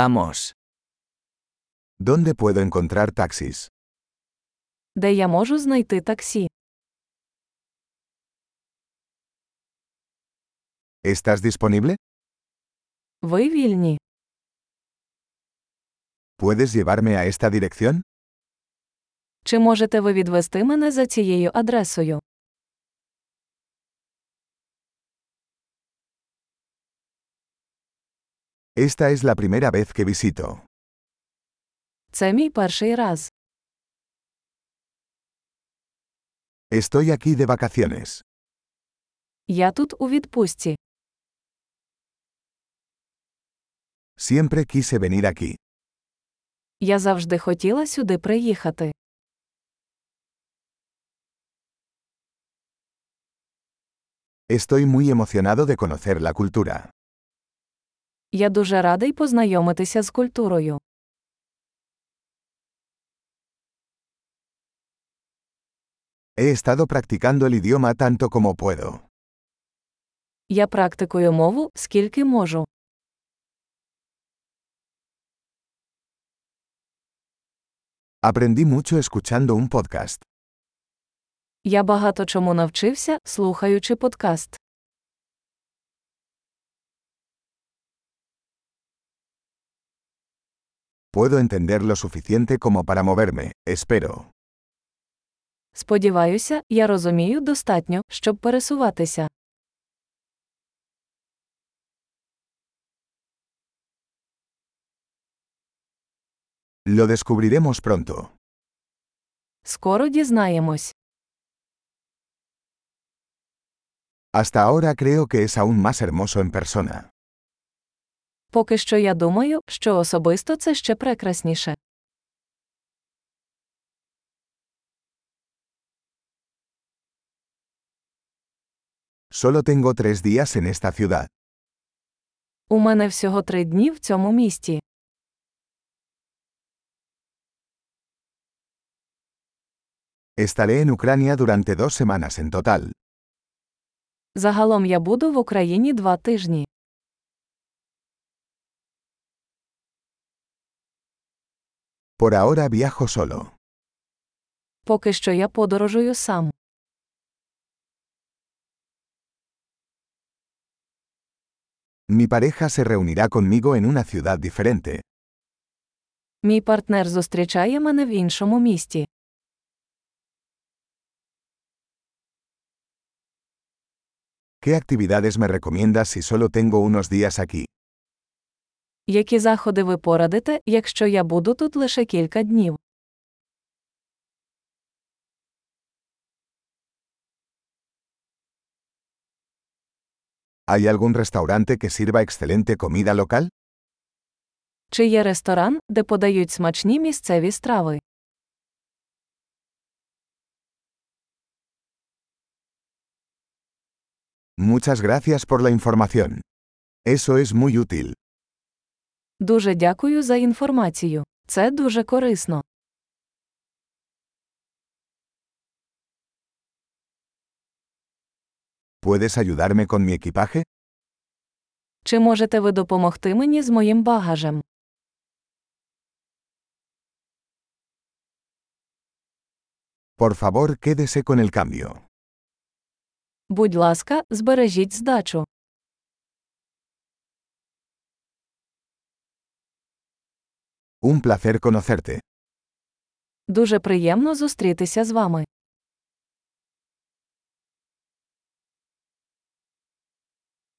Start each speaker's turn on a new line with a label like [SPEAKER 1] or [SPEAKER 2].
[SPEAKER 1] Vamos.
[SPEAKER 2] ¿Dónde puedo encontrar taxis?
[SPEAKER 3] Де я можу знайти таксі?
[SPEAKER 2] ¿Estás disponible?
[SPEAKER 3] Ви вільні?
[SPEAKER 2] ¿Puedes llevarme a esta dirección?
[SPEAKER 3] Чи можете ви відвести мене за цією адресою?
[SPEAKER 2] Esta es la primera vez que visito.
[SPEAKER 3] Це мій перший раз.
[SPEAKER 2] Estoy aquí de vacaciones.
[SPEAKER 3] Я тут у відпустці.
[SPEAKER 2] Siempre quise venir aquí.
[SPEAKER 3] Я завжди хотіла сюди приїхати.
[SPEAKER 2] Estoy muy emocionado de conocer la cultura.
[SPEAKER 3] Я дуже радий познайомитися з культурою.
[SPEAKER 2] He estado practicando el idioma tanto como puedo.
[SPEAKER 3] Я практикую мову, скільки можу.
[SPEAKER 2] Aprendí mucho escuchando un podcast.
[SPEAKER 3] Я багато чому навчився, слухаючи подкаст.
[SPEAKER 2] Puedo entender lo suficiente como para moverme, espero.
[SPEAKER 3] Сподіваюся, я розумію достатньо, щоб пересуватися.
[SPEAKER 2] Lo descubriremos pronto.
[SPEAKER 3] Скоро дізнаємось.
[SPEAKER 2] Hasta ahora creo que es aún más hermoso en persona.
[SPEAKER 3] Поки що я думаю, що особисто це ще прекрасніше.
[SPEAKER 2] Solo tengo tres días en esta ciudad.
[SPEAKER 3] У мене всього три дні в цьому місті.
[SPEAKER 2] Estaré en Ucrania durante dos semanas en total.
[SPEAKER 3] Загалом я буду в Україні два тижні.
[SPEAKER 2] Por ahora viajo solo.
[SPEAKER 3] Поки що я подорожую сам.
[SPEAKER 2] Mi pareja se reunirá conmigo en una ciudad diferente.
[SPEAKER 3] Мій партнер зустрічає мене в іншому місті.
[SPEAKER 2] ¿Qué actividades me recomiendas si solo tengo unos días aquí?
[SPEAKER 3] Які заходи ви порадите, якщо я буду тут лише кілька днів?
[SPEAKER 2] ¿Hay algún restaurante que sirva excelente comida local?
[SPEAKER 3] Чи є ресторан, де подають смачні місцеві страви?
[SPEAKER 2] Muchas gracias por la información. Eso es muy útil.
[SPEAKER 3] Дуже дякую за інформацію. Це дуже корисно.
[SPEAKER 2] ¿Puedes ayudarme con mi equipaje?
[SPEAKER 3] Чи можете ви допомогти мені з моїм багажем?
[SPEAKER 2] Por favor, quédese con el cambio.
[SPEAKER 3] Будь ласка, збережіть здачу.
[SPEAKER 2] Un placer conocerte.
[SPEAKER 3] Дуже приємно зустрітися з вами.